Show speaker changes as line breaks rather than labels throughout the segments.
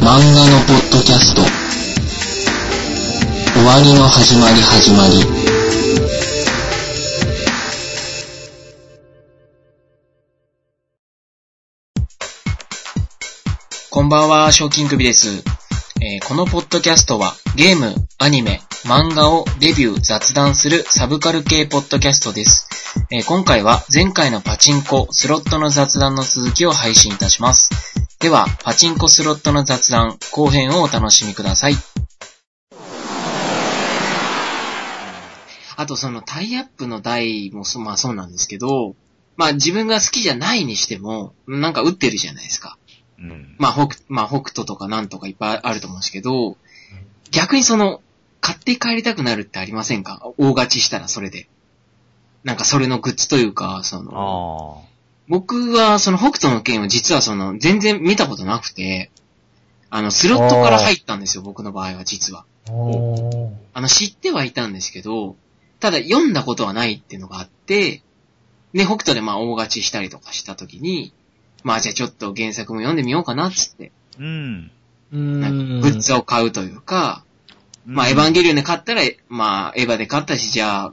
漫画のポッドキャスト終わりの始まり始まりこんばんは、賞金首です、えーこのポッドキャストはゲーム、アニメ、漫画をレビュー、雑談するサブカル系ポッドキャストです。えー今回は前回のパチンコ、スロットの雑談の続きを配信いたします。では、パチンコスロットの雑談後編をお楽しみください。あとそのタイアップの台もそ、まあそうなんですけど、まあ自分が好きじゃないにしても、なんか打ってるじゃないですか。
うん。
まあ北、まあ北斗とかなんとかいっぱいあると思うんですけど、逆にその、買って帰りたくなるってありませんか大勝ちしたらそれで。なんかそれのグッズというか、その、
あ
僕は、その北斗の剣を実はその、全然見たことなくて、あの、スロットから入ったんですよ、僕の場合は実は。
おー
あの、知ってはいたんですけど、ただ読んだことはないっていうのがあって、で、北斗でまあ大勝ちしたりとかした時に、まあじゃあちょっと原作も読んでみようかなっつって、
あ。うん。
う
なん
ん
かグッズを買うというか、まあエヴァンゲリオンで買ったら、まあエヴァで買ったし、じゃあ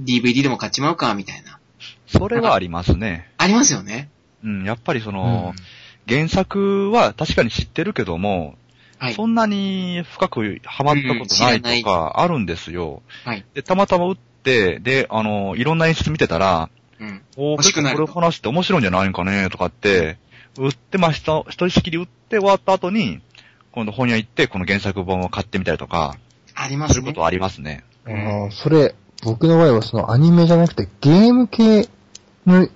DVD でも買っちまうか、みたいな。
それはありますね。
ありますよね。
うん、やっぱりそ
うん
の、原作は確かに知ってるけども、
はい。
そんなに深くハマったことな
うん知らない
いとかあるんですよ。
はい。
で、たまたま打って、で、あの、いろんな演出見てたら、
うん。
お
欲しくなる
これ話って面白いんじゃないんかね、とかって、売ってました、一人しきり売って終わった後に、今度本屋行って、この原作本を買ってみたりとか、
ありま
そうい
す
う
ね。
ことはありますね。
あのそれ、僕の場合はそのアニメじゃなくてゲーム系の、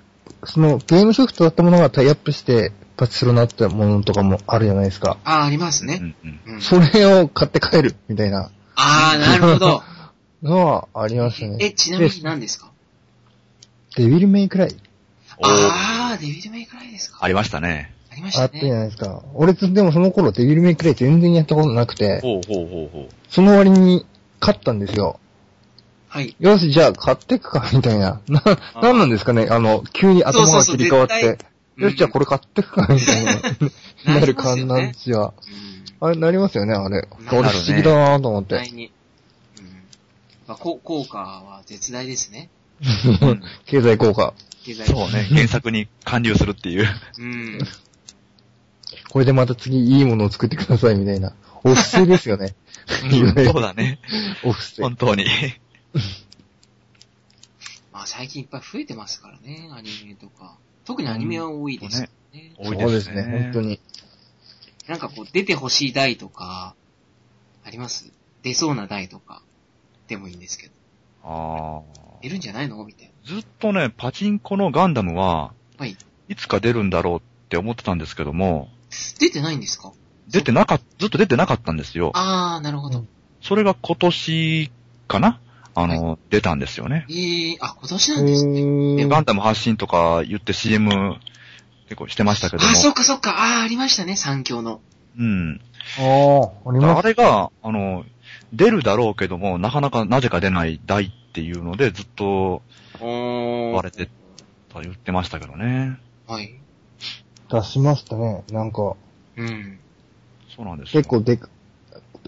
そのゲームソフトだったものがタイアップしてパチスロになったものとかもあるじゃないですか。
あ、あります
う
ね。
んうん。
うん。
それを買って帰るみたいな
ああ、なるほど。
のはありました
え、
ね。
ちなみに何ですか
デビルメイクライ
おー
ああ、デビルメイクライですか
ありましたね。
ありまし
あ
た
ったじゃ
ね。
ないですか。俺つでもその頃デビルメイクライ全然やったことなくて、
ほうほうほうほう。
その割に勝ったんですよ。
はい。
よし、じゃあ買ってくか、みたいな。な、なんなんですかねあの、急に頭が切り替わっ
そうそうそう絶
て。よし、じゃあこれ買ってくか、みたいな。
なりますよね
なる感じは。
れ、
あれ、なりますよね、あれ。
な
俺
るね
不思議だなと思っ
絶対
て。
に。うん。まあ、こ効果は絶大ですね。
経済効果。
経済的
そう
に
ね、原作に完流するっていう。
うん。
これでまた次いいものを作ってください、みたいな。お布施ですよね。いわゆ
そう
る
だ ね。
お布施。
本当に。
まあ、最近いっぱい増えてますからね、アニメとか。特にアニメは多いですよね。
多
そう
い
ですね、本当に。
なんかこう、出てほしい台とか、あります出そうな台とか、でもいいんですけど。
あ
いるんじゃないのみたいな。
ーずっとね、パチンコのガンダムは、
はい。
いつか出るんだろうって思ってたんですけども、
出てないんですか
出てなかっ、ずっと出てなかったんですよ。
ああ、なるほど。
それが今年かなあの、出たんですよね。
ええあ、今年
う
なんですね。
ーん
ガンダム発信とか言って CM 結構してましたけども
あ、。そっかそっか。ああ、ありましたね、三強の。
うん。
ああ、ありま
あ
す。
れが、あの、出るだろうけども、なかなかなぜか出ない台っていうので、ずっと
お
割れてと言ってましたけどね。
はい。
出しましたね。なんか、
うん。
そうなんですよ
結構でか、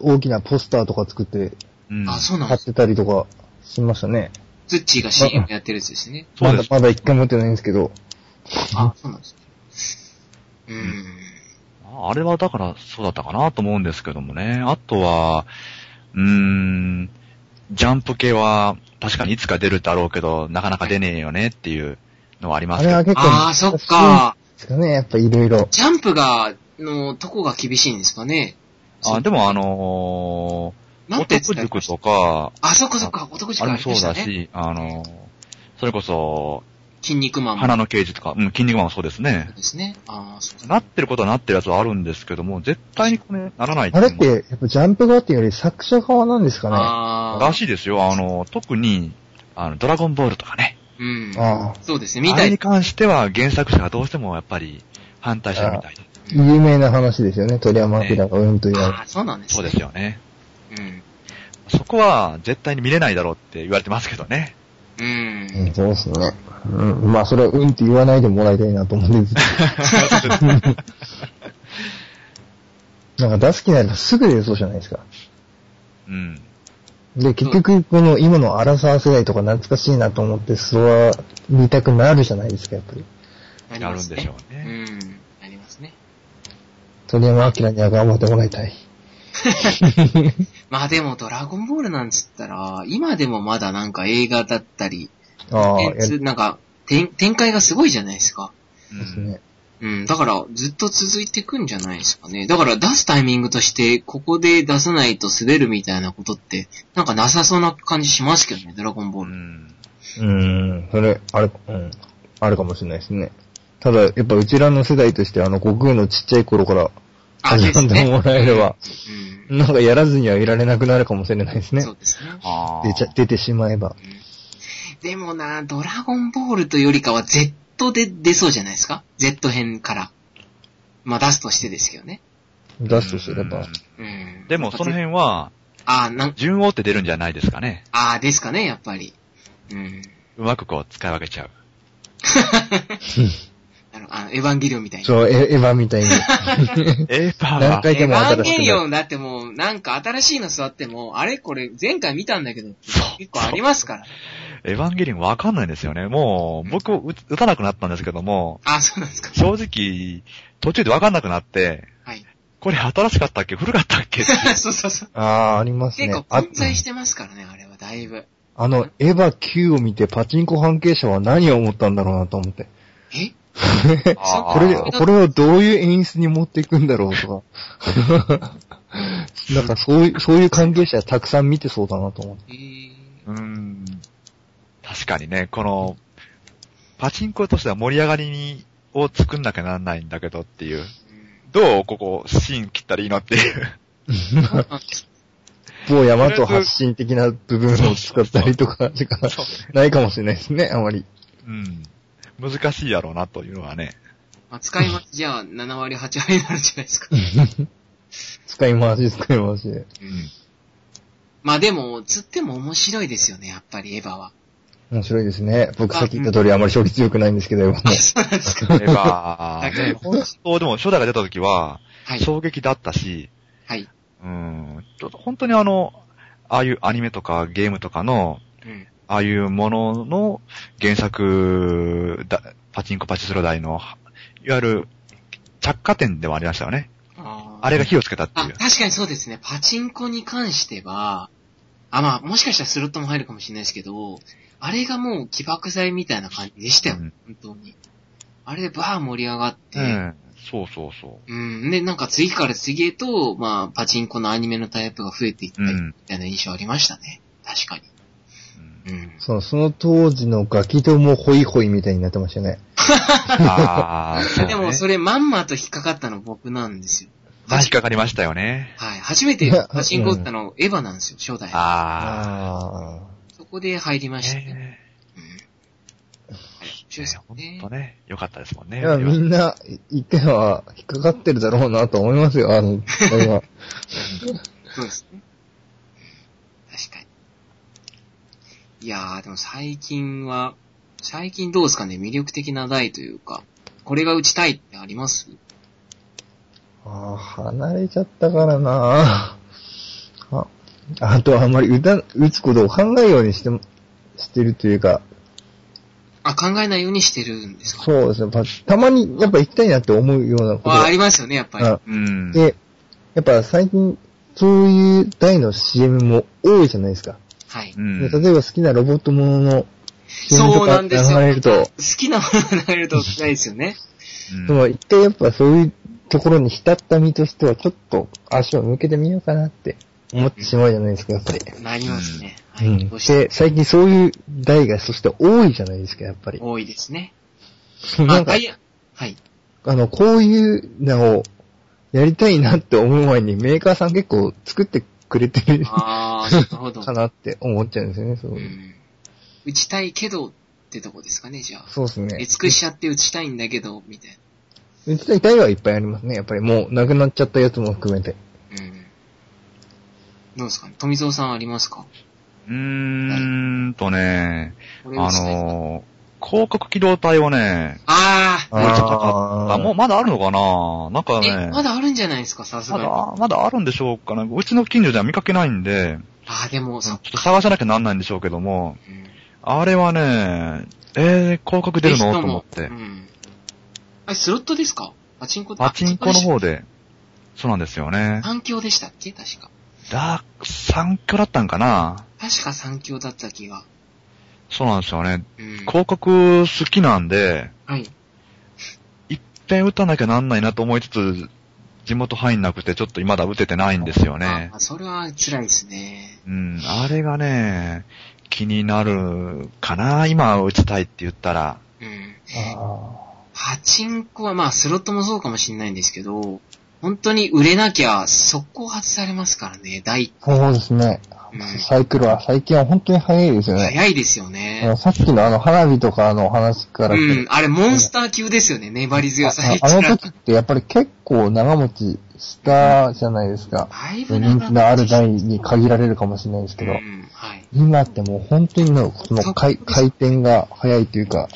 大きなポスターとか作って
うん、
あ、そうなん
貼
で
っ
す。
てたりとかしましたね。
ズッチーが CM やってるやつですね。
そ
ま
う
だ
です。
まだ一回持ってないんですけど。
あ、そうなんです。うん。
ああれはだからそうだったかなと思うんですけどもね。あとは、うーん、ジャンプ系は確かにいつか出るだろうけど、なかなか出ねえよねっていうのはありま
あ
すけ
れ
ど。
は結構、
ああ、そっ。か。
ですかね、やっぱいろいろ。
ジャンプが、の、とこが厳しいんですかね。
あでもあのー、
なんて
男
伝えま
塾
した
とか、
あ、そっかそっか。男
あ
塾あ
れも
り
そう
ました
だ
ね。
し、あのー、それこそ、
筋肉マンも
花の刑事とか、うん、筋肉マンもそうですね。
ですね。ああ、そうだ
なってることはなってるやつはあるんですけども、絶対にこれならない
あ
いうの
れっ
も
て、やっぱジャンプ側っていうより作者側なんですかね。あ
ああ
ら。しいですよ。あの、特に、あの、ドラゴンボールとかね。
うん。
あ、
そうですね。み
あ
た
れ
い
に。関しては原作者がどうしてもやっぱり反対してるみたいで
有名な話ですよね。鳥山明がうんと言われ
ああ、そうなんです
す。
ね。
そうですよね。
うん。
そこは絶対に見れないだろうって言われてますけど ね。
うん。
うんそうですね。うん、まあ、それはうんって 言わないでもらいたいなと思うんです。なんか出す気になるとすぐ出るそうじゃないですか。
うん。
で、結局、この今のアラサー世代とか懐かしいなと思って、それは見たくなるじゃないですか、やっぱり。
あり
な
ま
るん
す
でしょう
う
ね。
ん。ありますね。
鳥山明には頑張ってもらいたい。
まあでも、ドラゴンボールなんつったら、今でもまだなんか映画だったり、
ああ、や
えつなんか展、展開がすごいじゃないですか。
う
です
ん。
ね。
うん、だから、ずっと続いていくんじゃないですかね。だから、出すタイミングとして、ここで出さないと滑るみたいなことって、なんかなさそうな感じしますけどね、ドラゴンボー
う
ル。
ん。
うん、それ、ある、うん、あるかもしれないですね。ただ、やっぱうちらの世代として、あの、悟空のちっちゃい頃から
あ、で
始
す
めて
ね。
もらえれば、
う
なんかやらずにはいられなくなるかもしれないです
ん。
ね
そ。うですね。
ああ。
出ちゃ、出てしまえば。
でもな、ドラゴンボールというよりかは Z で出そうじゃないですか ?Z 編から。まあ出すとしてですけどね。
出すとすれ
う
ば
ん。
うん。
でも、その。辺は、
あ、なん、
順応って出るんじゃないですかね。
あですかね、やっぱり。うん。
うまくこう、使い分けち ゃう。
あの、あのエヴァンゲリオンみたいな。
そう、エエヴァみたいに。
エーパー
何
は、
回
エ
で
ヴ
も
ァン
新
ゲ
しく
リ
な
オ
る。
ンだってもう、なんか新しいの座っても、あれこれ前回見たんだけど、結構ありますから。
エヴァンゲリオンわかんないんですよね。もう、僕、打打たなくなったんですけども、
あ、そうなんですか。
正直、途中でわかんなくなって、
はい。
これ新しかったっけ古かったっけって
そうそうそう。
ああー、あります
結
ね
構。
あ
混在してますからね、あれはだいぶ。
あの、エヴァ9を見てパチンコ関係者は何を思ったんだろうなと思って。
え
あー
これで、
あー
これをどういう演出に持っていくんだろうと か。なんかそういう、そういう関係者たくさん見てそうだなと思って。
えー、
うーん。確かにね、この、パチンコとしては盛り上がりに、を作んなきゃなんないんだけどっていう。
うん
どうここ、シーン切ったらいいのっていう。
そうなんです
某ヤマト発信的な部分を使ったりとか、しか
そう
ないかもしれないですね、あまり。
うん。難しいやろうなというのはね。
まあ、使い待ちじゃあ7割8割になるんじゃないですか。
使い回し、使い回しで。
うんまあでも、つっても面白いですよね、やっぱりエヴァは。
面白いですね。僕さっき言った通りあまり勝率強くないんですけど、エヴァ
あ、
も
そうなんですか。
エヴァ
だ
ー、ね
け、ど、
そうでも初代が出た時は、
はい。
衝撃だったし、
はい。
うん、ちょっと本当にあの、ああいうアニメとかゲームとかの、
うん。
ああいうものの原作だ、パチンコパチスロ台の、いわゆる着火点でもありましたよね。
あー
あれが火をつけたってい
あ、
う。
確かにそうですね。パチンコに関しては、あ、まあ、もしかしたらスロットも入るかもしれないですけど、あれがもう起爆剤みたいな感じでしたよ、
うん
本当に。あれでバー盛り上がっ
う
て、
ん。そうそうそ
うん、で、なんか次から次へと、まあ、パチンコのアニメのタイプが増えていった
う。う
り、み
ん。
たいな印象ありましたね。確か
うん
に。うん。
そう、その当時のガキともホイホイみたいになってましたね。
ああ、そう、ね。
でも、それまんまと引っかかったの僕なんですよ。
まあ引っかかりましたよね。
はい。初めてパチンコ打ったのエヴァなんですよ、初代。
あ
ああ。
そこで入り
あ。
ましたね。
ね
うん。はい。
え
中さん
本
ね
当。ね、良かったですもんね。
いや、みんな、い一回は引っかかってるだろうなと思いますよ、あの、あれは。
そうですね。確かに。いやー、でも最近は、最近どうですかね、魅力的な台というか、これが打ちたいってあります
ああ、離れちゃったからなあ、あとはあんまり打た、打つことを考えるようにしても、してるというか、
あ、考えないようにしてるんですか
そうですね、パたまにやっぱ行きたいなって思うようなこと
ああ
が
りますよね、やっぱり。
あ
うん。
で、やっぱ最近、そういう台の CM も多いじゃないですか。
はい。
うん
で例えば好きなロボットものの
そ
CM と
う
か
なん
流
ですよ。
れると
好、きなものが流れるとないですよね。
うん
でも一回やっぱそういうところに浸った身としてはちょっと足を向けてみようかなって思ってしまうじゃないですか、やっぱり。
なりますね。は
う
い。
ん。
どうして
で、最近そういう台がそして多いじゃないですか、やっぱり。
多いですね。
な
あ、
んか
ダ、イヤ。 はい。
あの、こういうのをやりたいなって思う前にメーカーさん結構作ってくれてる
ああ、なるほど。
かなって思っちゃうんですよね、そう
う。
いうん
打ちたいけどってとこですかね、じゃあ。
そうですね
え、。尽くしちゃって打ちたいんだけど、みたい
うちの台はいっぱいありますね、やっぱりもうなくなっちゃったやつも含めて。
な。うん。どうですかね富蔵さんありますか
うーんとね、
こ
あ
れ打ちたい。
のー、広角機動隊はね、
あ
もうちょっと
あー
あ、もうまだあるのかななんか
ー、
ね
え、、まだあるんじゃないですか、さす
ま
がに。あ
だ、まだあるんでしょうかね。うちの近所では見かけないんで、
ー、でも、
ちょ
そ
っと探さなきゃなんないんでしょうけども、
うん
あれはね、えー、広角出るのと思っ
ぜ
て
ひも。うんあれ、スロットですかパチンコ
パチンコの。
あ
方で、そうなんですよね。
三強でしたっけ確か。
ダーク、三挙だったんかな
確か三強だった気が。
そうなんですよね。
うん。
広角好きなんで、
はい。
一遍打たなきゃなんないなと思いつつ、地元入んなくて、ちょっとまだ打ててないんですよね
あ、。それは辛いですね。
うん、あれがね、気になるかな今打ちたいって言ったら。
うん。
あ
パチンコは、まあ、スロットもそうかもしれないんですけど、本当に売れなきゃ、速攻外されますからね、第一、
ーそうですね。
うん、
サイクルは最近は本当に早いですよね。
早いですよ
あの
ね。
さっきのあの花火とかの話から
う
来
ん
る、
あれ、モンスター級ですよね、粘り強
あ
さ。一
あの
覧
時ってやっぱり結構長持ちしたじゃないですか。
だいぶ
人
長
気のある
い
台に限られるかもしれないですけど
う、ん、はい。
今ってもう本当にのその回回転が早いというか、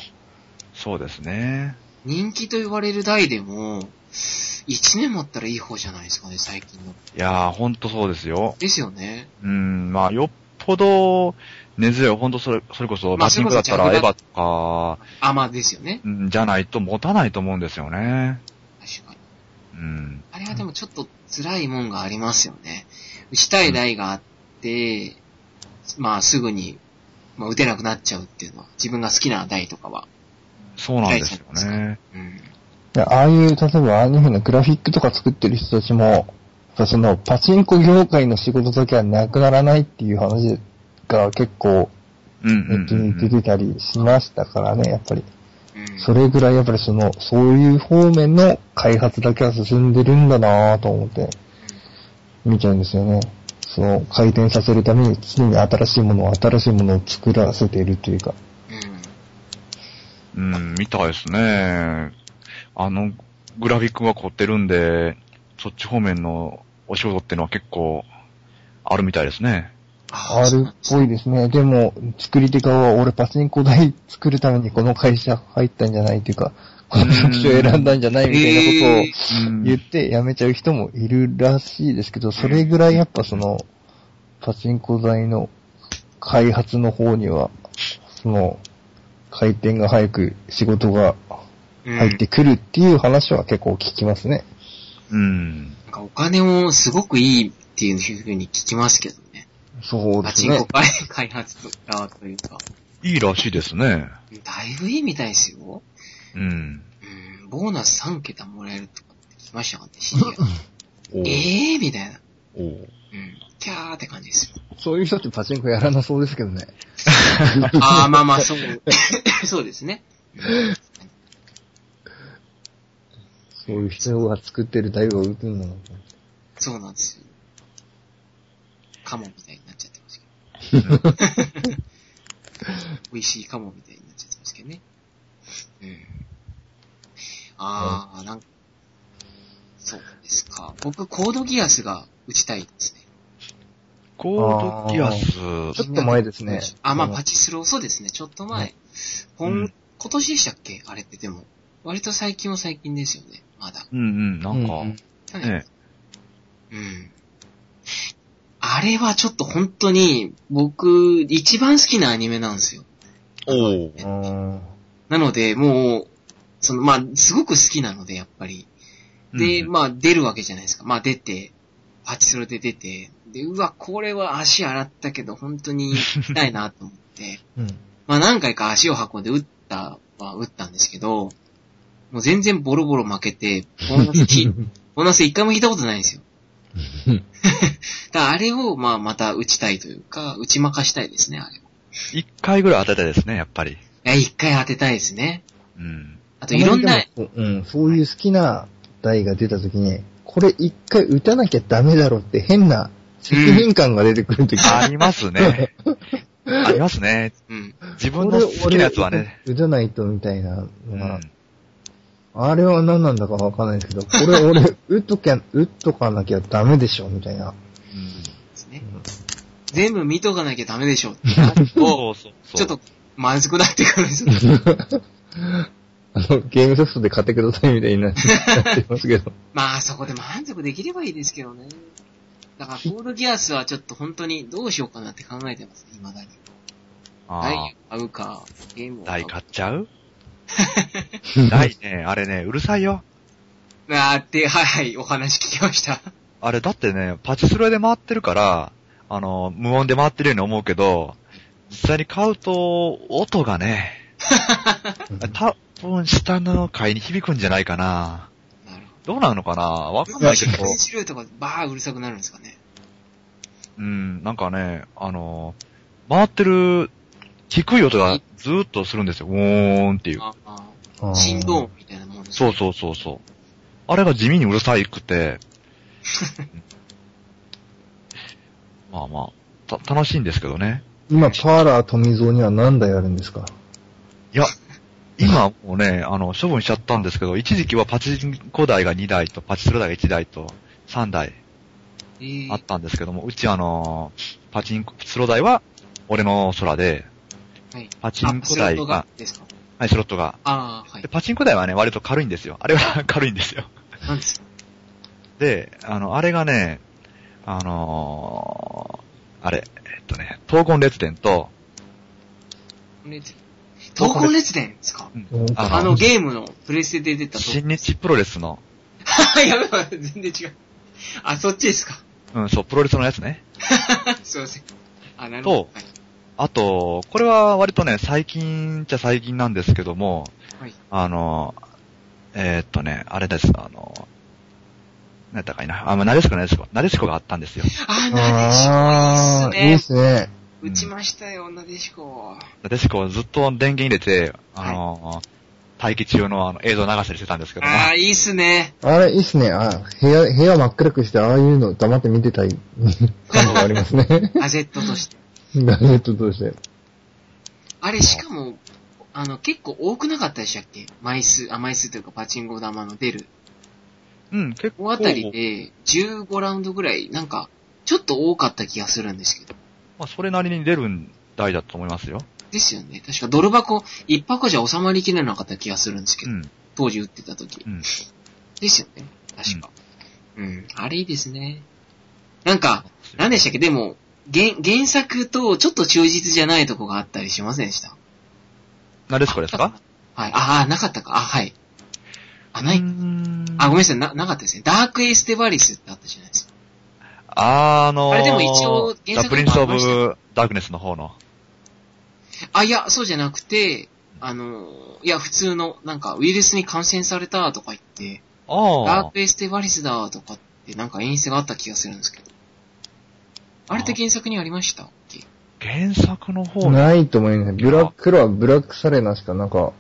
そうですね。
人気と言われる台でも、1年もあったらいい方じゃないですかね、最近の。
いやー、ほんとそうですよ。
ですよね。
うん、まあ、よっぽど、根強い、ほんとそれ、それこそ、
まあ
バッチングだったら、
それ
エ
こ
ヴァとか、
あ、まあですよね。
うんじゃないと持たないと思うんですよね。
確かに。
うん。
あれはでもちょっと辛いもんがありますよね。打ちたい台があって、まあすぐに、まあ打てなくなっちゃうっていうのは、自分が好きな台とかは。
そうなんですよ
はいそう
ね。
うん。
でああいう、例えばああいうふうなグラフィックとか作ってる人たちも、やっぱそのパチンコ業界の仕事だけはなくならないっていう話が結構
うん
ネットに出てたりしましたからね、やっぱり。
うん。
それぐらいやっぱりその、そういう方面の開発だけは進んでるんだなぁと思って見ちゃうんですよね。その回転させるために常に新しいものを新しいものを作らせているというか。
うん。
うん、うん、みたいですね。あの、グラフィックが凝ってるんで、そっち方面のお仕事ってのは結構、あるみたいですね。
あ
あるっぽいですね。でも、作り手側は俺パチンコ台作るためにこの会社入ったんじゃないというか、この職種を選んだんじゃないみたいなこ
う
とを
ん。
言って辞めちゃう人もいるらしいですけど、それぐらいやっぱその、パチンコ台の開発の方には、その、回転が早く仕事が入ってくるっていう話は結構聞きますね。
うん。
なんかお金もすごくいいっていうふうに聞きますけどね。
そうで
パ
す
チン
ね
コ。開開発とかというか、
いいらしいですね。
だいぶいいみたいですよ。
うん。
うん、ボーナス3桁もらえるとかって聞きましたかね、シニア。
おう
ええー、みたいな。
おう
うん。キャーって感じですよ。
そういう人ってパチンコやらなそうですけどね。
ああ、まあまあ、そう。 そうですね。
そういう人が作ってる台を打つんだな。
そうなんですよ。カモみたいになっちゃってますけど。美味しいカモみたいになっちゃってますけどね。うん。ああ、なんか、そうですか。僕、コードギアスが打ちたいですね。
コードギアス。
ちょっと前ですね
あ、まあ、パチスロー、そうですね。ちょっと前。ほ
うんん、
今年でしたっけあれってでも。割と最近は最近ですよね。まだ。
うんうん、なんか、
うん
ただ
ね、
うん。あれはちょっと本当に、僕、一番好きなアニメなんですよ。
おう
え
うん。
なので、もう、その、まあ、すごく好きなので、やっぱり。で、
うん
まあ、出るわけじゃないですか。まあ、出て、パチスロで出て、で、うわ、これは足洗ったけど、本当に、痛いなと思 って。
うん。
まあ、何回か足を運んで打ったは打ったんですけど、もう全然ボロボロ負け て、ボーナスきボーナス一回も引いたことないんですよ。 だからあれを、まあ、また打ちたいというか、打ち負かしたいですね、あれを。い
一回ぐらい当てたいですね、やっぱり。
や、一回当てたいですね。
うん。
あと、いろんな、
うん、そういう好きな台が出たときに、これ一回打たなきゃダメだろって変な責任感が出てくるとき、
ありますね。ありますね。
うん。
自分の好きなやつはね。
打たないとみたいな
う
の
ん。
が、あれは何なんだかわかんないですけど、これ俺打っときゃ、打っとかなきゃダメでしょみたいな。
ですね
うん。
全部見とかなきゃダメでしょってなる
うん
と、
そうそうそう。
ちょっと、まずくなってくるんですよ。
あの、ゲームソフトで買ってくださいみたいになってなってますけど。
まあそこで満足できればいいですけどね。だから、ポールギアスはちょっと本当にどうしようかなって考えてます、未だに。
あ
大
あ、
買うか、ゲームを買
台
うか。
買っちゃう台ね、あれね、うるさいよ。
あーって、はいはい、お話聞きました。
あれだってね、パチスロで回ってるから、あの、無音で回ってるように思うけど、実際に買うと、音がね、多分下の階に響くんじゃないか な。
なる
どうなのかなわか
ほ
ん
ど。
ないけど。
120とかバーうるさくなるんですかね。
うん、なんかね、あのー回ってる、低い音がずーっとするんですよ。ウォーンっていう。
ああ
あー
振動音みたいなもんです
そうそうそうそう。あれが地味にうるさいくて。まあまあ、た、楽しいんですけどね。
今、パーラー富蔵には何台あるんですか
いや、今もうね、あの、処分しちゃったんですけど、一時期はパチンコ台が2台と、パチスロ台が1台と、3台
えー
あったんですけども、うちあのーパチンコ、スロ台は、俺の空で、
はい
パチン
あ
コ
スロッ
台
ト
が
が、ですか
はい、スロットが、
ああ、はい
で、。パチンコ台はね、割と軽いんですよ。あれは 軽いんですよ。
なんですか
で、あの、あれがね、あのー、あれ、えっとね、闘魂列伝と、
熱闘魂列伝ですか
うん
あ
あのゲームのプレステで出た闘
新日プロレスの、
魂。 やべえ、全然違う。あ、そっちですか
うん、そう、プロレスのやつね。
すいません。あ、なるほど。はい
あと、これは割とね、最近っちゃ最近なんですけども、
はい
あのー、えーっとね、あれです、あのー、何やったかいな。あ、まあ、なでしこなでしこ。なでしこがあったんですよ。
あ、な
あ
でしこ
ー
い
い
い
い
っ
っ
すね。
すね。
うん
打ちましたよ、なでしこ。
なでしこをずっと電源入れて、あのー、待機中のあの映像流したりしてたんですけども。
ああ、いいっすね。
あれ、いいっすね。あ、部屋、部屋真っ暗くして、ああいうの黙って見て たい感じがありますね。
アジェットとして。
ガジェットとして。
あれ、しかも、あの、結構多くなかったでしたっけ枚数、あ、枚数というかパチンコ玉の出る。
うん、結構。
大当たりで15ラウンドぐらい、なんか、ちょっと多かった気がするんですけど。
まあ、それなりに出る台だと思いますよ。
ですよね。確か、ドル箱、一箱じゃ収まりきれなかった気がするんですけ
う
ど、
ん。
当時売ってた時。
うん
ですよね。確か。うん、あれいいですね。なんか、何でしたっけでも、原、原作とちょっと忠実じゃないとこがあったりしませんでした
なでしこですか
はい。ああ、なかったか。あ、はい。あ、な
う
い
ー。ん
あ、ごめんなさい。な、なかったですね。ダークエステバリスってあったじゃないですか。
あのー、
あれでも一応原
ザ・プ
作
リ
に
ン
も
ス・
あ
オ
りました
ブ・ダークネスの方の。
あ、いや、そうじゃなくて、あの、いや、普通の、なんか、ウイルスに感染されたとか言って、ダ
あ
ークエステバリスだとかって、なんか演出があった気がするんですけど。あれって原作にありましたっけ
あ、原作の方の。
ないと思います。ブラックラ、ブラックサレナしかなんか、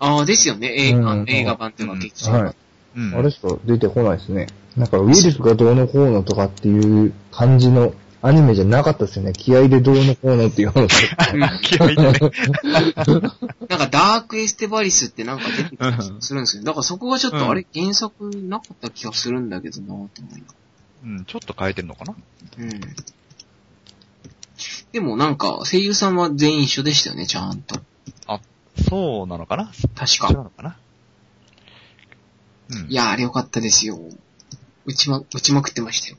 ああ、ですよね。映
うん
あの映画版というか、
うん
劇場版。
はい。
うん
あれしか出てこないですね。なんか、ウイルスがどうのこうのとかっていう感じのアニメじゃなかったですよね。気合でどうのこうのっていう話。
気合い
な
でね。
んか、ダークエステバリスってなんか出てきた気がするんですよ。だからそこはちょっと、
うん
あれ、原作なかった気がするんだけどなと思います。
うん、ちょっと変えてるのかな
うん。でもなんか、声優さんは全員一緒でしたよね、ちゃんと。
そうなのかな
確
違う
か。
のかなうん。
い。や、あれ良かったですよ。打ちま、打ちまくってましたよ。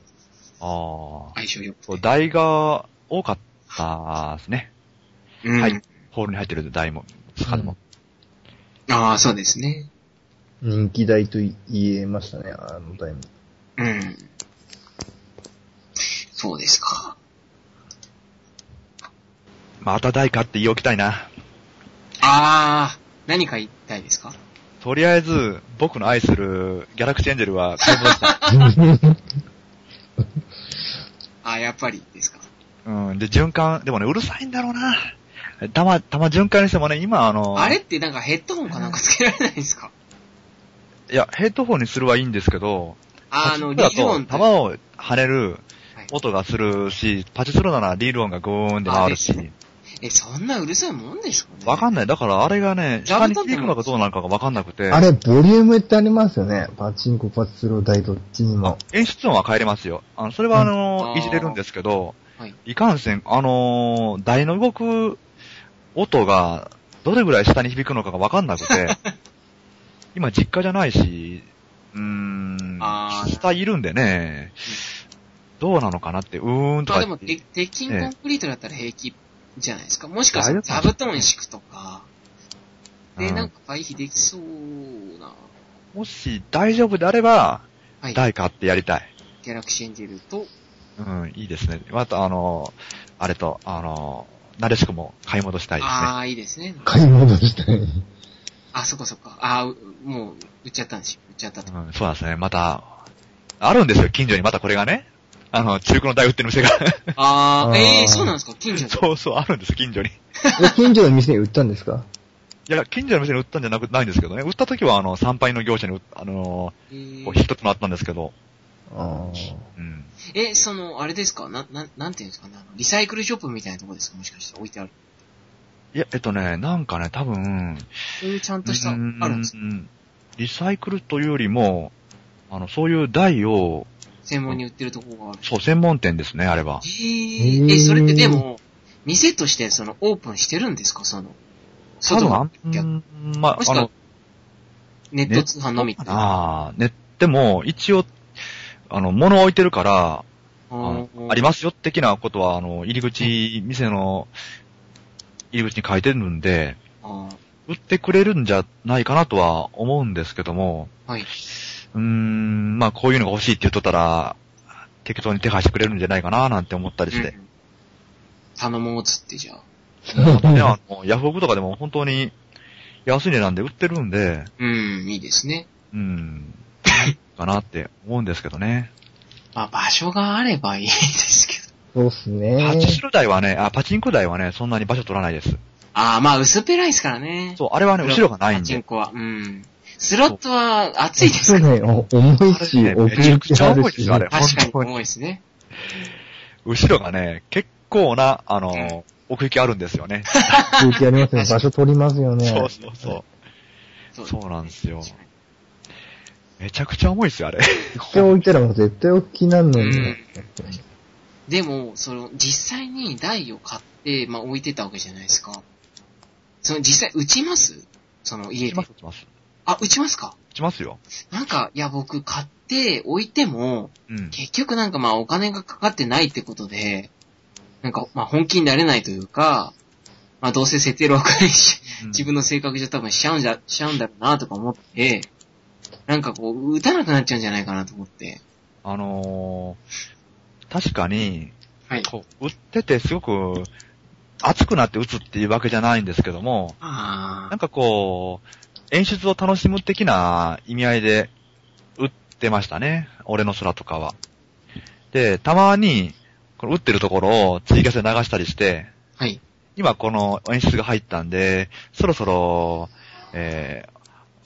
ああ。
相性よく
そう、
て。
台が多かったですね。
うん。
はいホールに入ってる台も、数も。
ああ、そうですね。
人気大と言えましたね、あのタイム。
うん。そうですか。
また台買って言い置きたいな。
ああ、何か言いたいですか
とりあえず、僕の愛するギャラクシーエンジェルは買い戻した。
ああ、やっぱりですか。
うん。で、循環、でもね、うるさいんだろうな。たま、たま循環にしてもね、今あの、
あれってなんかヘッドホンかなんかつけられないですか
いや、ヘッドホンにするはいいんですけど、
あーあの、リ
パチス
ー
ロ
ル
だ
音
と弾を跳ねる
はい
音がするし、パチスロならリール音がゴーンで回る
あ
し、
え、そんなうるさいもんですかね
わかん
ない。
ない。だからあれがね、
座
下
布団
に響くのかどうなのかがわかんなくて、
あれ、ボリュームってありますよね。パチンコ、パチスロ、台どっちにも。
演出音は変えれますよ。あの、それは
う
あの、
ん
いじれるんですけど
はい、
いかんせん、あのー、台の動く音がどれぐらい下に響くのかがわかんな くて、今実家じゃないし、うーん
あ、ー
下いるんでね、どうなのかなって、うーんと
まあで
か言
も、
って
鉄鉄筋コンクリートだったら平気じゃないですか。もしかし
あ
た
れ
ら
だと
座布団敷くとか、で、
うん
なんか回避できそうな、
もし大丈夫であれば、
はい、
台買ってやりたい。
ギャラクシーエンジェルと、
うん、いいですね。また、あの、あれと、あの、なでしくも買い戻したいですね。
ああ、いいですね。
買い物したい。
あ、そっかそっか。ああ、うもう、売っちゃったんですよ。売っちゃった と。
うん、そうなんですね。また、あるんですよ、近所にまたこれがね。あの、中古の台売ってる 店が。
あ
あ
あ、
ー
ええー、そうなんですか近所に。
そうそう、あるんです、近所に。い
え、近所の店に売ったんですか
や、近所の店に売ったんじゃなく、ないんですけどね。売った時は、あの、参拝の業者に売っ、あの、
え
こう
ー、
一つもあったんですけど。
あ
うん。
え、その、あれですかな、な、なんていうんですかね。あのリサイクルショップみたいなとこですかもしかして置いてある。
いや、えっとね、なんかね、多分、
そういうちゃんとした、あ
う
る
ん
んですか
うんリサイクルというよりも、あの、そういう台を、
専門に売ってるとこがある。
そう、専門店ですね、あれは。
ええ、それってでも、店としてそのオープンしてるんですかその、外
多分、あ
の
ん
客、
まあ
も、し
あ
くは
の、
ネット通販のみっていう
ああ、ね、でも、一応、あの、物置いてるから、あのあり
ま
ますよ、的なことは、あの、入り口、店の、入り口に書いてるんで、
す。
売ってくれるんじゃないかなとは思うんですけども、
はい。
うーん、まあ、こういうのが欲しいって言っとったら、適当に手配してくれるんじゃないかな、なんて思ったりして
う。ん頼もうっつってじゃあ。
ね、
あ。
あの、ヤフオクとかでも本当に安い値段で売ってるんで、
うん、いいですね。
うん、かなって思うんですけどね。
まあ場所があればいいですけど。
そうっす
パチ
ね
ス。ロ台はね、あ、パチンコ台はね、そんなに場所取らないです。
ああ、まあ薄っぺらいですからね。
そう、あれはね、後ろがないん
パチン
で。
コは。うん。スロットは熱いです
そう
から。
ね、お重いし、
ね
奥行きあるし。
めちゃくちゃ重いですよあれ
確かに
本当に
重いですね。
後ろがね、結構な、あの、
うん
奥行きあるんですよね。
奥行きありますね。場所取りますよね。
そうそうそう。
そ
そうなんですよ
確かに
めちゃくちゃ重いですよ、あれ。
一回置いたらもう絶対大きなんのに。
うんでも、その、実際に台を買って、まあ置いてたわけじゃないですか。その、実際、打ちますその、
打
家
ちま
で。
す、打ちます。
あ、打ちますか
打ちますよ。
なんか、いや、僕、買って、置いても、
うん。
結局なんかまあお金がかかってないってことで、なんかまあ本気になれないというか、まあどうせ設定6回し、自分の性格上多分しちゃうんじゃ、しちゃうんだろうなとか思って、なんかこう、打たなくなっちゃうんじゃないかなと思って。
あのー確かに、
はい。
こう、打っててすごく、熱くなって打つっていうわけじゃないんですけども、
あ
な
あ
んかこう、演出を楽しむ的な意味合いで打ってましたね。俺の空とかは。で、たまに、この打ってるところをツイキャスで流したりして、
はい。
今この演出が入ったんで、そろそろ、えー、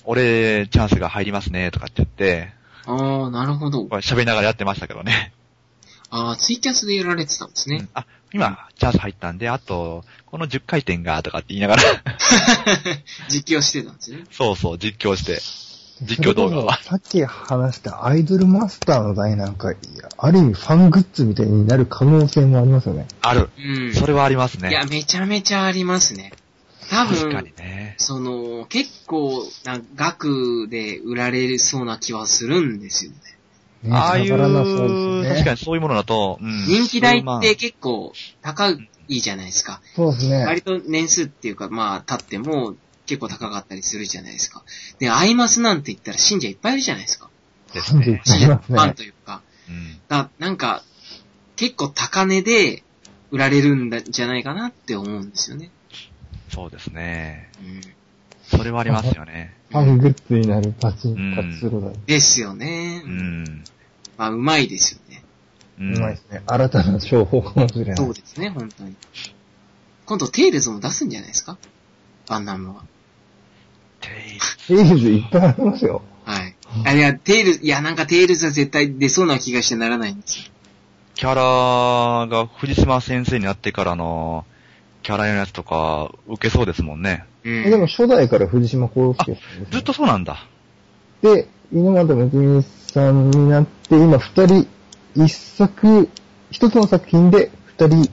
俺、チャンスが入りますね、とかって言って、
ああ、なるほど
こ。れ喋りながらやってましたけどね。
ああ、ツイキャスでやられてたんです
う
ね
ん。あ、今、チャンス入ったんで、あと、この10回転が、とかって言いながら、
実況してたんですね。
そうそう、実況して。実況動 画は。
さっき話したアイドルマスターの台なんか、いやある意味ファングッズみたいになる可能性もありますよね。
ある。
うん。
それはあります
いや、
ね。
めちゃめちゃありますね。多分、
確かにね。
その、結構な額で売られそうな気はするんですよね。
ね
ああい
下
う、
がらなそうで
確か
すね。
にそういうものだと、うん
人気代っ、
数
て結構高いじゃないですか。
そうですね
割。と年数っていうか、まあ、経っても結構高かったりするじゃないですか。で、アイマスなんて言ったら信者いっぱいいるじゃないですか。
万ですね。
信
い
者
ま
フ
すね
ァンというか。
うん
だなんか、結構高値で売られるんだじゃないかなって思うんですよね。
そうですね。
うん、
それはありますよね。
ファングッズになるパチ
うん
ン、パチスロだ。
ですよね。
うん。
まあ、うまいですよね。
う
うんまいですね。新たな商法かもしれない
そう。ですね、本当に。今度、テイルズも出すんじゃないですかバンナムは。
シリーズいっぱいありますよ。
はい。あ、いや、テイルズ、いや、なんかテイルズは絶対出そうな気がしてならないんですよ。
キャラが藤島先生になってからの、キャラのやつとか、受けそうですもんね。
うん。
でも初代から藤島康介さんですね
ずっとそうなんだ。
で、猪俣睦美さんになって、今二人、一作、一つの作品で二人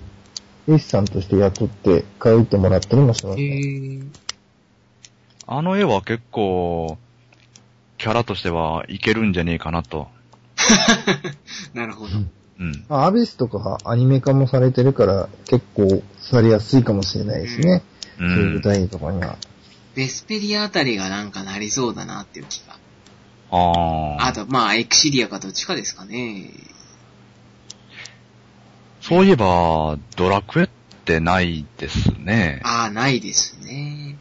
絵師さんとして雇って描いてもらったりもしま
へ
し
ー
あの絵は結構、キャラとしてはいけるんじゃねえかなと。
なるほど。
うん。
た。まあ、アビスとかはアニメ化もされてるから結構されやすいかもしれないですね。
う
そういうん舞。台とかには。
ベスペリアあたりがなんかなりそうだなっていう気が。
あ
あ
あ。
と、まあ、エクシリアかどっちかですかね。
そういえば、ドラクエってないですね。
ああ、ないですね。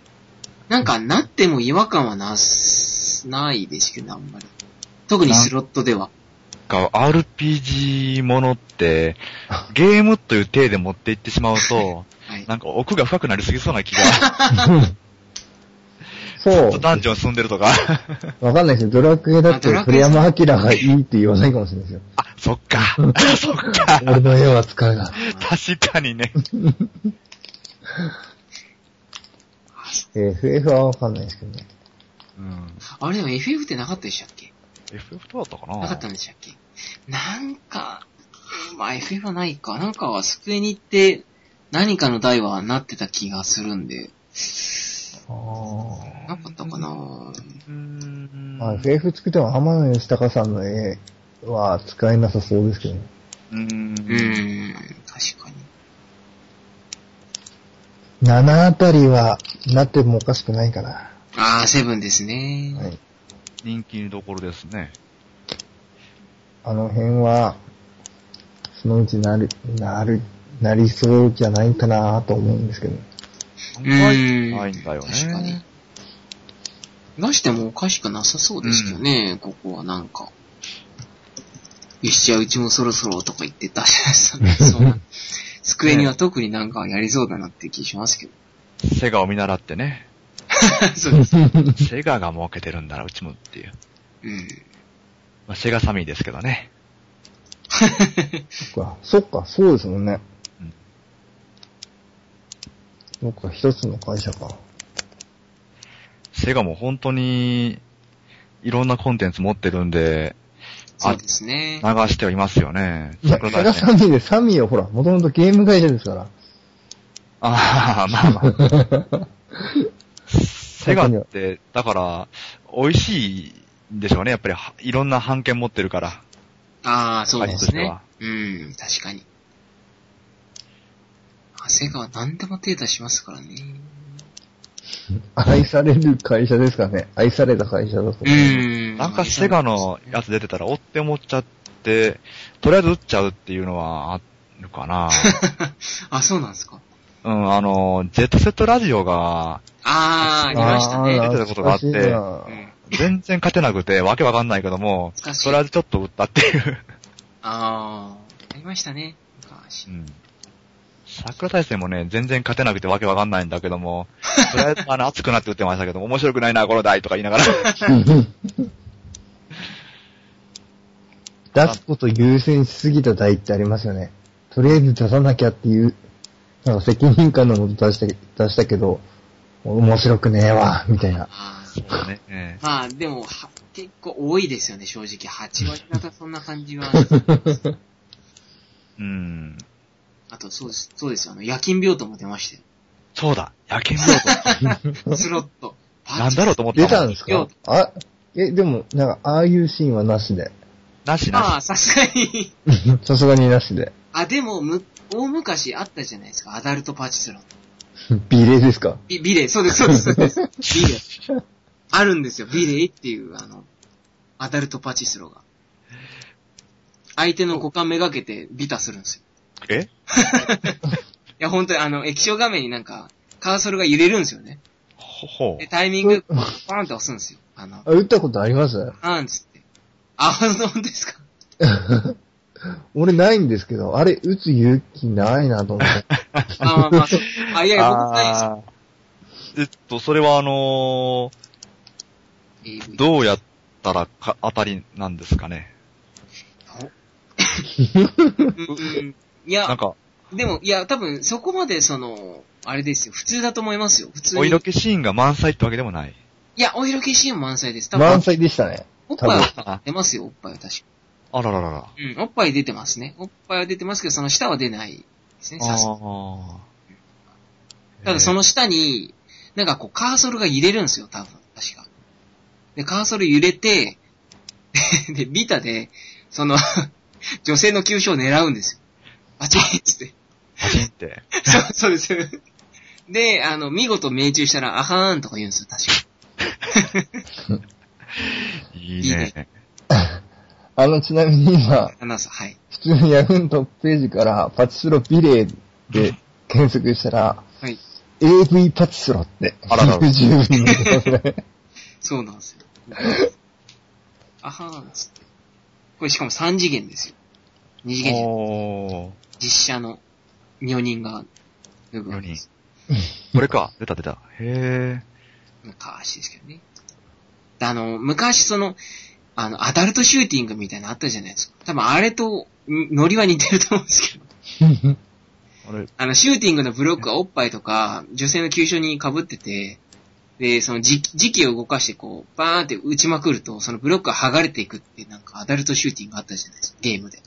なんか、なっても違和感はなす、ないですけど、あんまり。特にスロットでは。
なんか RPG ものって、ゲームという体で持っていってしまうと、
はい。
なんか奥が深くなりすぎそうな気が、
そう
ちょっと。ダンジョン住んでるとか。
わかんないですよ。ドラクエだって
あドラク
鳥
エさん
山明がいいって言わないかもしれない ですよ。
あ、そっか。そっか。
俺の絵は使うな。
確かにね。
えー FF はわかんないですけどね。
うん。
あれでも FF ってなかったでしたっけ
FF2 だったかな
なかったんでしたっけなんか、まあ FF はないか。なんかはスクエニって何かの台はなってた気がするんで、
あ
なかったかな
うーん。
まあ、FF 作っても浜野義隆さんの絵は使えなさそうですけどね。
うーん
うーん、確かに。
7あたりはなってもおかしくないかな。
あー、セブンですね。
はい。
人気どころですね。
あの辺は、そのうちなる、なる、なりそうじゃないかなと思うんですけど。
案
うー
外
ん。
ないんだよね。
確かに。出してもおかしくなさそうですけどね、ここはなんか。よし、じゃあうちもそろそろとか言って出し出したんで、 そうな。机には特になんかやりそうだなって気します けど。
セガを見習ってね。
そうです。
セガが儲けてるんだな、うちもっていう。
うん。
まあ、セガサミーですけどね。
そっか、そっか、そうですもんね
うん。
そっか、一つの会社か。
セガも本当に、いろんなコンテンツ持ってるんで、
そうですね
流。してはいますよね。
いや、
桜
セ
大
ガ
戦。
サミーで、サミーはほら、もともとゲーム会社ですから。
ああ、まあまあ。セガって、だから、美味しいんでしょうね。やっぱりは、いろんな版権持ってるから。
ああ、そうですね
あ。
うん、確かに。長谷川何でも手出しますからね。
愛される会社ですからね。愛された会社だと。
うん。
なんかセガのやつ出てたら、追って思っちゃって、とりあえず打っちゃうっていうのはあるか な。
あ、そうなんですか。
うん、あの、ジェットセットラジオが、
ああ、ありました
あー
ね。
出てたことがあって
懐か
う
しいなん
全然勝てなくて、わけわかんないけども、
懐かしい
とりあえずちょっと打ったっていう。
ああ、ありましたね。昔
う。ん。桜大戦もね、全然勝てなくてわけわかんないんだけ ども、とりあえずあの、熱くなって打ってましたけども、面白くないな、この台とか言いながら。
出すこと優先しすぎた代ってありますよね。とりあえず出さなきゃっていう、なんか責任感のもと出した、出したけど、面白くねえわ、みたいな。
ああ。
そうね。ええ
まあ、でも、は結構多いですよね、正直。8割方そんな感じは。
うん。
あと、そうです、そうですよ。あの、夜勤病棟も出ました
そうだ、野犬ボー
よ。スロット。
ト。 なんだろうと思った
出
もん
たんですかあ、え、でも、なんか、ああいうシーンはなしで。
なし
ま
な
あ、さすがに。
さすがになしで。
あ、でも、む、大昔あったじゃないですか、アダルトパーチスロン。
美麗ですか
ビビレー、そうです、そうです、そうです。ビレー。あるんですよ、ビレーっていう、あの、アダルトパチスロが。相手の股間めがけてビタするんですよ。
し。え
いや、本当にあの、液晶画面になんか、カーソルが揺れるんですよね。
ほほ
で、タイミン グ、バーンって押すんですよ。あの
あ、打ったことあります
バーンっつって。あ、本当ですか
俺ないんですけど、あれ、打つ勇気ないなと思って。
あ、まあまあ、そうあ、いやいや、僕ないですよ
あーえっと、それはあのー
AV。
どうやったらか、当たりなんですかね。
うんいや
なん、か、
でも、いや、多分、そこまで、その、あれですよ。普通だと思いますよ。普通
お
に。
色気シーンが満載ってわけでもない。
いや、お色気シーン満載 です。多分、
満載でしたね。
おっぱい
多
は
分
出ますよ、おっぱいは確か。
あらららら。
うん、おっぱい出てますね。おっぱいは出てますけど、その下は出ないですね、
あ
刺す。
ー
ただその下に、なんかこうカーソルが揺れるんですよ、多分、確か。で、カーソル揺れて、 で、ビタで、その、 女性の急所を狙うんですよ。あちーっつって。
パチンって。
そう、そうです。 で、あの、見事命中したら、あはーんとか言うんですよ、確か。
いいね。
あの、ちなみに今、
アナウンサー、はい。
普通に Yahoo のトップページからパチスロビレーで検索したら、
はい。
AV パチスロって、
あ らら
十分に出てますね。
そうなんですよ。 あはーんっつって。これしかも3次元ですよ。2次元じゃない
おー。
実写の4人が、部分です。
これか。出た出た。へ
昔ですけどね。であの、昔その、あの、アダルトシューティングみたいなのあったじゃないですか。多分あれと、んノリは似てると思うんですけど。
ー。あれ、
あの、シューティングのブロックはおっぱいとか、女性の急所に被ってて、で、その時時期を動かしてこう、バーンって打ちまくると、そのブロックが剥がれていくっていうなんかアダルトシューティングあったじゃないですか。ゲームで。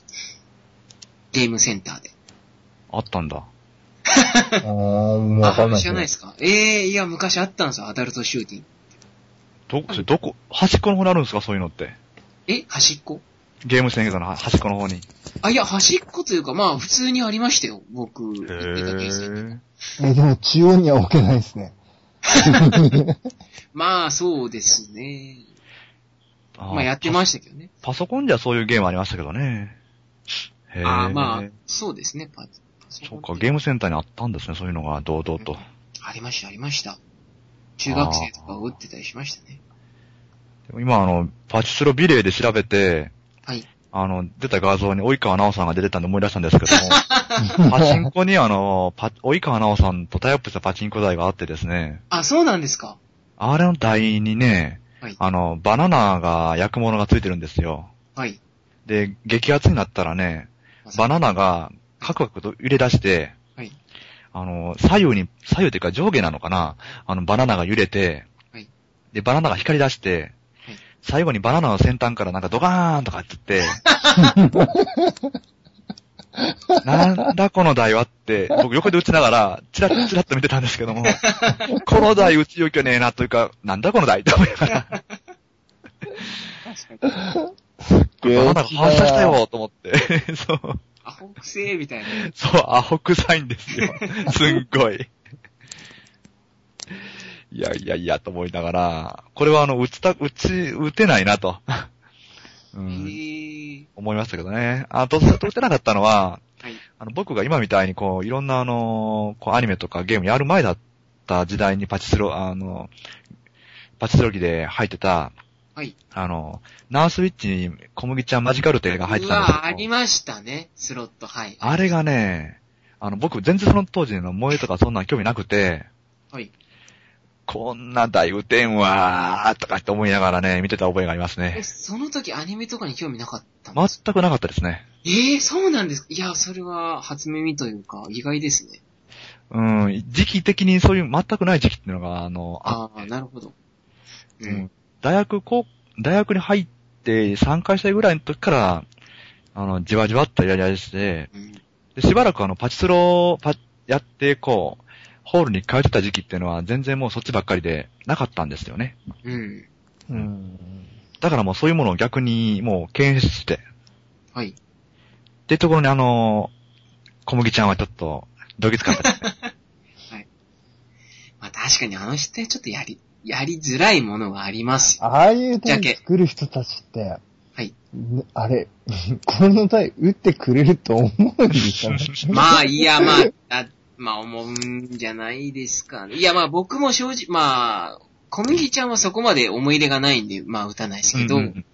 ゲームセンターで。
あったんだ。
あー、もうわかんない。
あ知らないですかええいや、昔あったんですよ、アダルトシューティング。
ど、それどこ、端っこの方にあるんですかそういうのって。
え端っこ
ゲームセンターの端っこの方に。へ
あ、いや、端っこというか、まあ、普通にありましたよ、僕。行ってたケース
ー。
え、でも中央には置けないですね。
まあ、そうですね。
あー
まあ、やってましたけどね。
パソコンじゃそういうゲームありましたけどね。へー。
あーまあ、そうですね、パパソ
そ
コンっ
う
て
か、ゲームセンターにあったんですね、そういうのが堂々と。
ありました、ありました。中学生とか打ってたりしましたね。
でも今、あの、パチスロビレーで調べて、
はい。
あの、出た画像に及川奈緒さんが出てたんで思い出したんですけど も、パチンコにあの、パ、及川奈緒さんとタイアップしたパチンコ台があってですね、
あ、そうなんですか。
あれの台にね、
はい
あの、バナナが、薬物がついてるんですよ。
はい。
で、激アツになったらね、バナナが、カクカクと揺れ出して、
はい
あの、左右に、左右というか上下なのかなあの、バナナが揺れて、
はい
で、バナナが光り出して、
はい
最後にバナナの先端からなんかドガーンとかって 言って、なんだこの台はって、僕横で打ちながら、チラッチラッと見てたんです けども、この台打ちよきゃねえなというか、なんだこの台って思いながら、
確かに。
バナナが発射したよと思って、 そう。
アホくせえ、みたいな。
そう、アホ臭いんで すよ。すんごい。いやいやいや、と思いながら、これはあの、打ちた、打ち、打てないなと。う
ええ
ん、
ー。
思いましたけどね。あと、ずっと打てなかったのは、
はい。
あの、僕が今みたいにこう、いろんなあの、こう、アニメとかゲームやる前だった時代にパチスロ、あの、パチスロ機で入ってた、
はい。
あの、ナースウィッチに小麦ちゃんマジカルテが入って
う
たんですけど
わ、ありましたね、スロット、はい。
あれがね、あの、僕、全然その当時の萌えとかそんなん興味なくて、
はい。
こんな大雨天は、とかって思いながらね、見てた覚えがあります
え、
ね。
その時アニメとかに興味なかったんですか
全くなかったですね。
ええそうなんですかいや、それは初耳というか、意外ですね。
うん、時期的にそういう全くない時期っていうのが、あの、あ
ああー、なるほど。う
うんん。大学、こう、大学に入って3回生ぐらいの時から、あの、じわじわっとやり合いして、
うん。
でしばらくあの、パチスロパやって、こう、ホールに通ってた時期っていうのは全然もうそっちばっかりでなかったんですよね。
うん。
うん。
だからもうそういうものを逆にもう検出して、
はい。
っていうところにあの、小麦ちゃんはちょっと、どぎつかったですね。
まあ確かにあの人ってちょっとやり、やりづらいものがあります。
ああいう台作る人たちって、
はい
ね。あれ、 この台打ってくれると思うんですかね。
まあ、いや、まあ、あまあ思うんじゃないですかね。いや、まあ僕も正直、まあ、小麦ちゃんはそこまで思い入れがないんで、まあ打たないですけど、
うんうん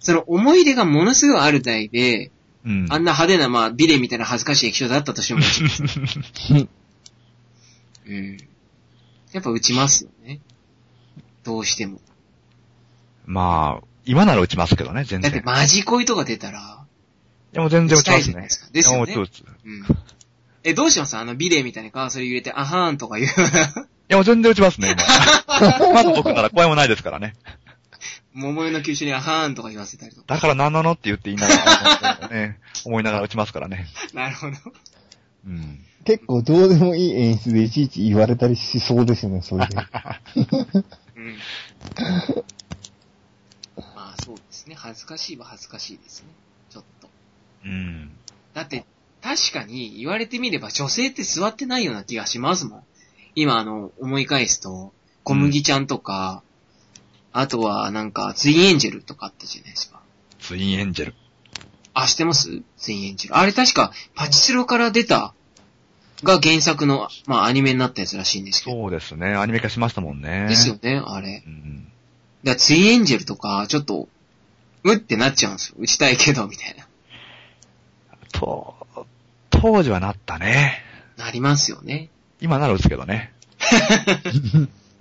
その思い入れがものすごいある台で、
うん。うん
あんな派手な、まあ、ビレみたいな恥ずかしい液晶だったとしても、 うん。やっぱ打ちますよね。どうしても。
まあ、今なら打ちますけどね、全
だって
然。
マジ恋とか出たら、
でも全然打ちます
打ちたいじゃない
ね
ですか。ですよね
いやもう打つ打つい
うん。え、どうしますあのビレみたいなカーソル入れて、あはーんとか言う。
やもう全然打ちますね、今。 まず僕なら声もないですからね。
桃代の急所にあはーんとか言わせたりとか。
だから何なのって言って言いながら、ね、思いながら打ちますからね。
なるほど。
うん。
結構どうでもいい演出でいちいち言われたりしそうですよね、そ れで。
うん。まあそうですね。恥ずかしいは恥ずかしいですね。ちょっと。
うん。
だって、確かに言われてみれば女性って座ってないような気がしますもん。今あの、思い返すと、小麦ちゃんとか、あとはなんか、ツインエンジェルとかあったじゃないですか。
ツインエンジェル。
あ、知ってますツインエンジェル。あれ確か、パチスロから出た、が原作の、まあアニメになったやつらしいんですけど。
そうですね。アニメ化しましたもんね。
ですよね、あれ。
うん。
だからツインエンジェルとか、ちょっと、うってなっちゃうんですよ。打ちたいけど、みたいな。
と、当時はなったね。
なりますよね。
今なら打つけどね。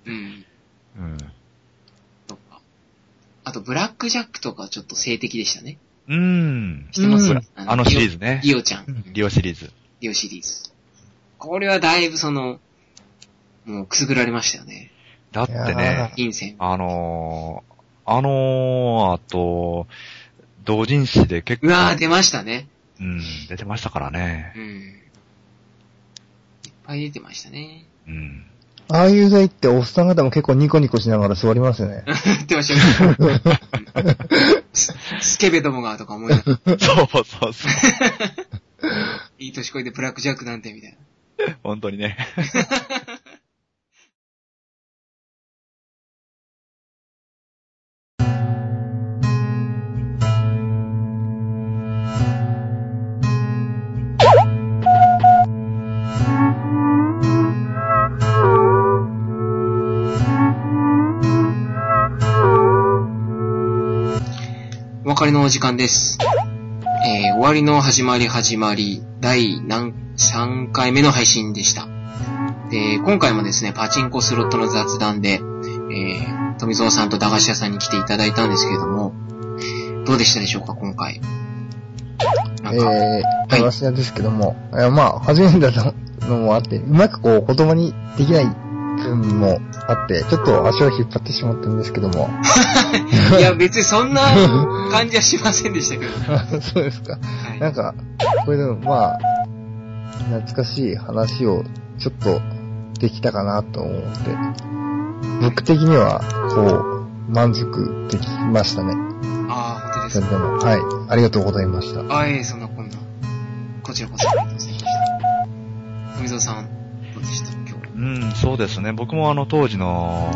うん。
うん。
とか。あと、ブラックジャックとかちょっと性的でしたね。
うん。
知ってます
うん
あのシリーズね。
リオちゃん。
リオシリーズ。
リオシリーズ。これはだいぶその、もうくすぐられましたよね。
だって
いや
ね
ー、
金銭。
あのー、あのー、あと、同人誌で結
う
構、
わー、出ましたね。
うん、出てましたからね
う。ん。いっぱい出てましたね。
うん。
ああいう台っておっさん方も結構ニコニコしながら座りますよね。
出てましたよね。 うんススケベどもがとか思いながら、
そうそうそう。
いい年こいてブラックジャックなんてみたいな。
本当にね。
お別れのお時間です。えー、終わりの始まり始まり、第何、3回目の配信でした。で、今回もですね、パチンコスロットの雑談で、えー、富蔵さんと駄菓子屋さんに来ていただいたんですけれども、どうでしたでしょうか、今回。なんか、
えー、話なんですけども、えーまあ、初めてだったのもあって、うまくこう、言葉にできない部分もあって、ちょっと足を引っ張ってしまったんですけども。
いや、別にそんな感じはしませんでしたけど。
そうですか。
はい
なんか、これでもまあ、懐かしい話をちょっとできたかなと思って、僕的には、こう、満足できましたね。
ああ、本当です
それ
か。
でも、はい。ありがとうございました。
ああ、ええそんなこんな。こちらこそありがとうございました。富蔵さん、どうでした今日。
うん、そうですね。僕もあの当時の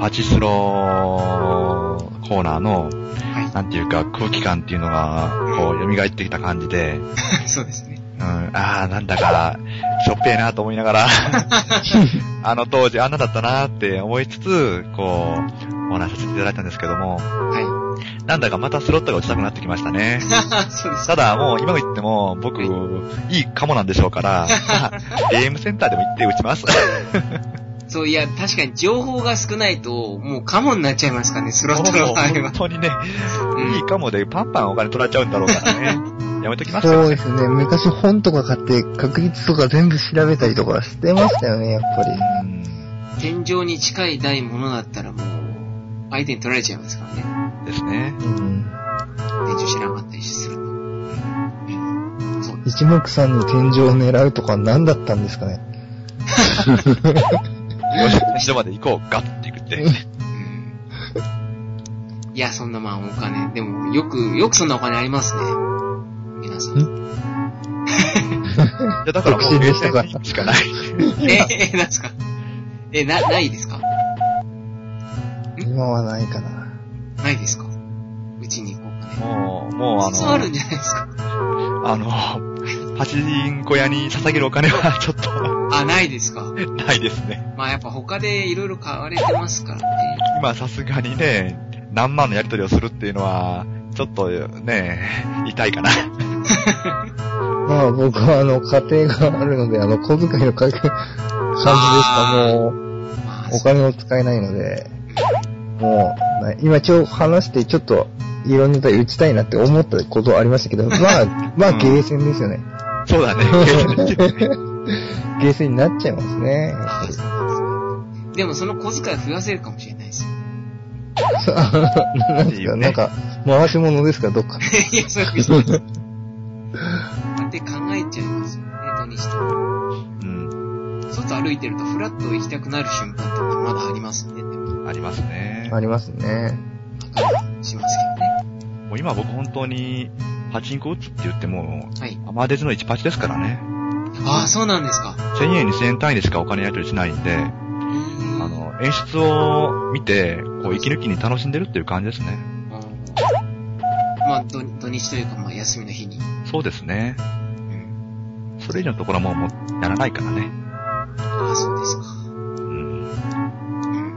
パチスロコーナーの、
は
なんていうか空気感っていうのが、こう、蘇ってきた感じで、うん、
い、 そうですね。
ああ、なんだか、しょっぺえなと思いながら、あの当時あんなだったなって思いつつ、こう、お話しさせていただいたんですけども、
はい。
なんだかまたスロットが打ちたくなってきましたね。
そうです。
ただもう今言っても僕、いいかもなんでしょうから、ゲームセンターでも行って打ちます。
そう、いや、確かに情報が少ないと、もうカモになっちゃいますからね、スロット
も
の
う
場合
本
は。
当にね、
うん
いいかもでパンパンお金取られちゃうんだろうからね。やめときます
そう
よ。
ですね。昔本とか買って確率とか全部調べたりとかしてましたよね、やっぱり。
う
天
ん
井に近い台ものだったらもう、相手に取られちゃいますからね。
ですね。
うん。
天井知らなかったりすると。うんそう。
一目散に天井を狙うとか何だったんですかね。
よし、人まで行こう、ガッて行くって。
うんいや、そんなまあお金、でも、よく、よくそんなお金ありますね。皆さん。
いやだからもう、
独身
冷
でしたか
静にしかない。
え、え、なんですかえ、な、ないですか
今はないかな。
ないですかうちに行こうかね。
もう、もうあ
そうあるん
の、
じゃないですか
あの、 パチンコ屋に捧げるお金はちょっ
あ、ないですか
と、 ないですね。
まあやっぱ他でいろいろ買われてますからね。
今さすがにね、何万のやり取りをするっていうのは、ちょっとね、痛いかな。
まあ僕はあの家庭があるので、あの小遣いのかけ感じです
あー
か。もう
まあ、
お金を使えないので、
う
もうない、今今日話してちょっといろんな台打ちたいなって思ったことありましたけど、まあ、まあ
うん
ゲーセンですよね。
そう だね。冷静ですね
ゲーセンになっちゃいますね。やっぱり
んでもその小遣い増やせるかもしれないですよ。
なんですか、なんか、回し物ですか、どっか。
いや、そういうことです。だって考えちゃいますよね、土にしても。外歩いてるとフラッと行きたくなる瞬間とかまだありますね。
ありますね。
ありますね。
しますけ
もう今僕本当に、パチンコ打つって言っても、
どね。はい。
アマデズの1パチですからね。
ああ、そうなんですか。
1000円2000円単位でしかお金やり取りしないんで、
うー
あ
ん。
の、演出を見て、こう、息抜きに楽しんでるっていう感じですね。
まあ、土土日というか、まあ、休みの日に。
そうですね。
うん。
それ以上のところはもう、もうやらないからね。
ああ、そうですか。
うん。
う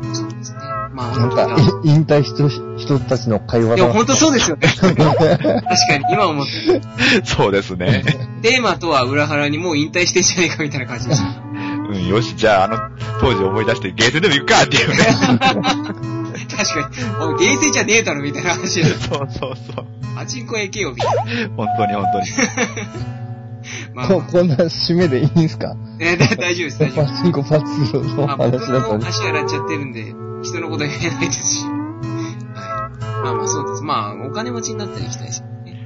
ん、そうですね。まあ、
な
本
ん
当
か
に。、
い引退した人たちの会話
いや、
だ。
本当そうですよ ね。確かに、今思ってる。
そうですね。
テーマとは裏腹にもう引退してんじゃねえかみたいな感じでした。
うん、よし、じゃあ、あの、当時思い出してゲーセンでも行くかっていうね。
確かに、おい、ゲーセンじゃねえだろみたいな話で。
そうそうそう。
パ チンコ AK をみたいな。
本当に本当に。
まあ、
ここんな締めでいいんですか
えーだ 大丈夫です、
パ
大丈夫です。
チンコパチロの
まあ、
話
僕
だったん
も
で。
足洗っちゃってるんで、人のことは言えないですし。はい。まあまあ、そうです。まあ、お金持ちになったら行きたいです。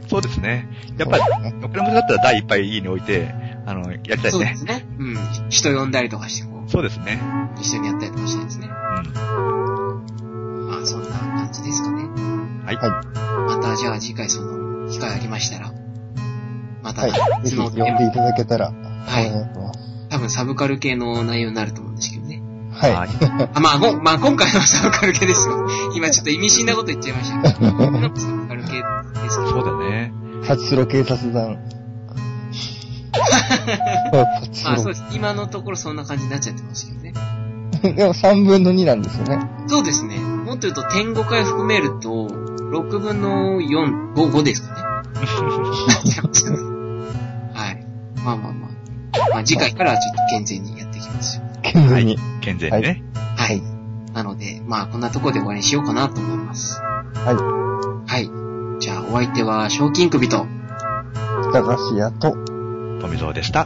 そうですね。やっぱり、お金持ちだったら第一杯家に置いて、あの、やりたいです
そうで
ね。
すね。うん。人呼んだりとかして、こ
そうですね。
う、一緒にやったりとかしたいですね。
う
まあ、そんな感じですかね。
ん。はい。
は
また、じゃあ次回その、機会ありましたら、また、
はい。ぜひ
募
呼
っ
ん
て
でいただけたら、お
い
願いします。
多分サブカル系の内容になると思うんですけどね。
は
あ、まあ、ごまあ、今回はサブカル系ですよ。今ちょっと意味深なこと言っちゃい ましたけど。サブカル系ですけど。
そうだね。
い。パチロ警察団。 パチ
まあ、そう
ロ
です。今のところそんな感じになっちゃってますけどね。。
でも3分の2なんですよね。
そうですね。もっと言うと、点5回含めると、6分の4、5、5ですかね。はい。まあまあまあ。まあ、次回からはちょっと健全にやっていきますよ。
健
は
全
い
に。。
健全にね。
はい。なので、まあ、こんなところで終わりにしようかなと思います。
はい。
はい。じゃあ、お相手は、賞金首と、
駄菓子屋と、
富蔵でした。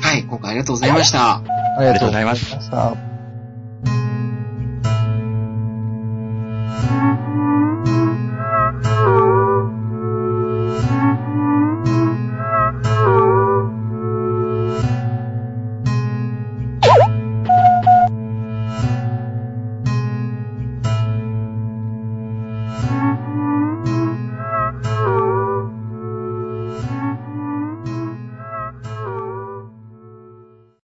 はい、今回ありがとうございました。
ありがとう
ありがとうござ
ござ
い
い
ま
ますした。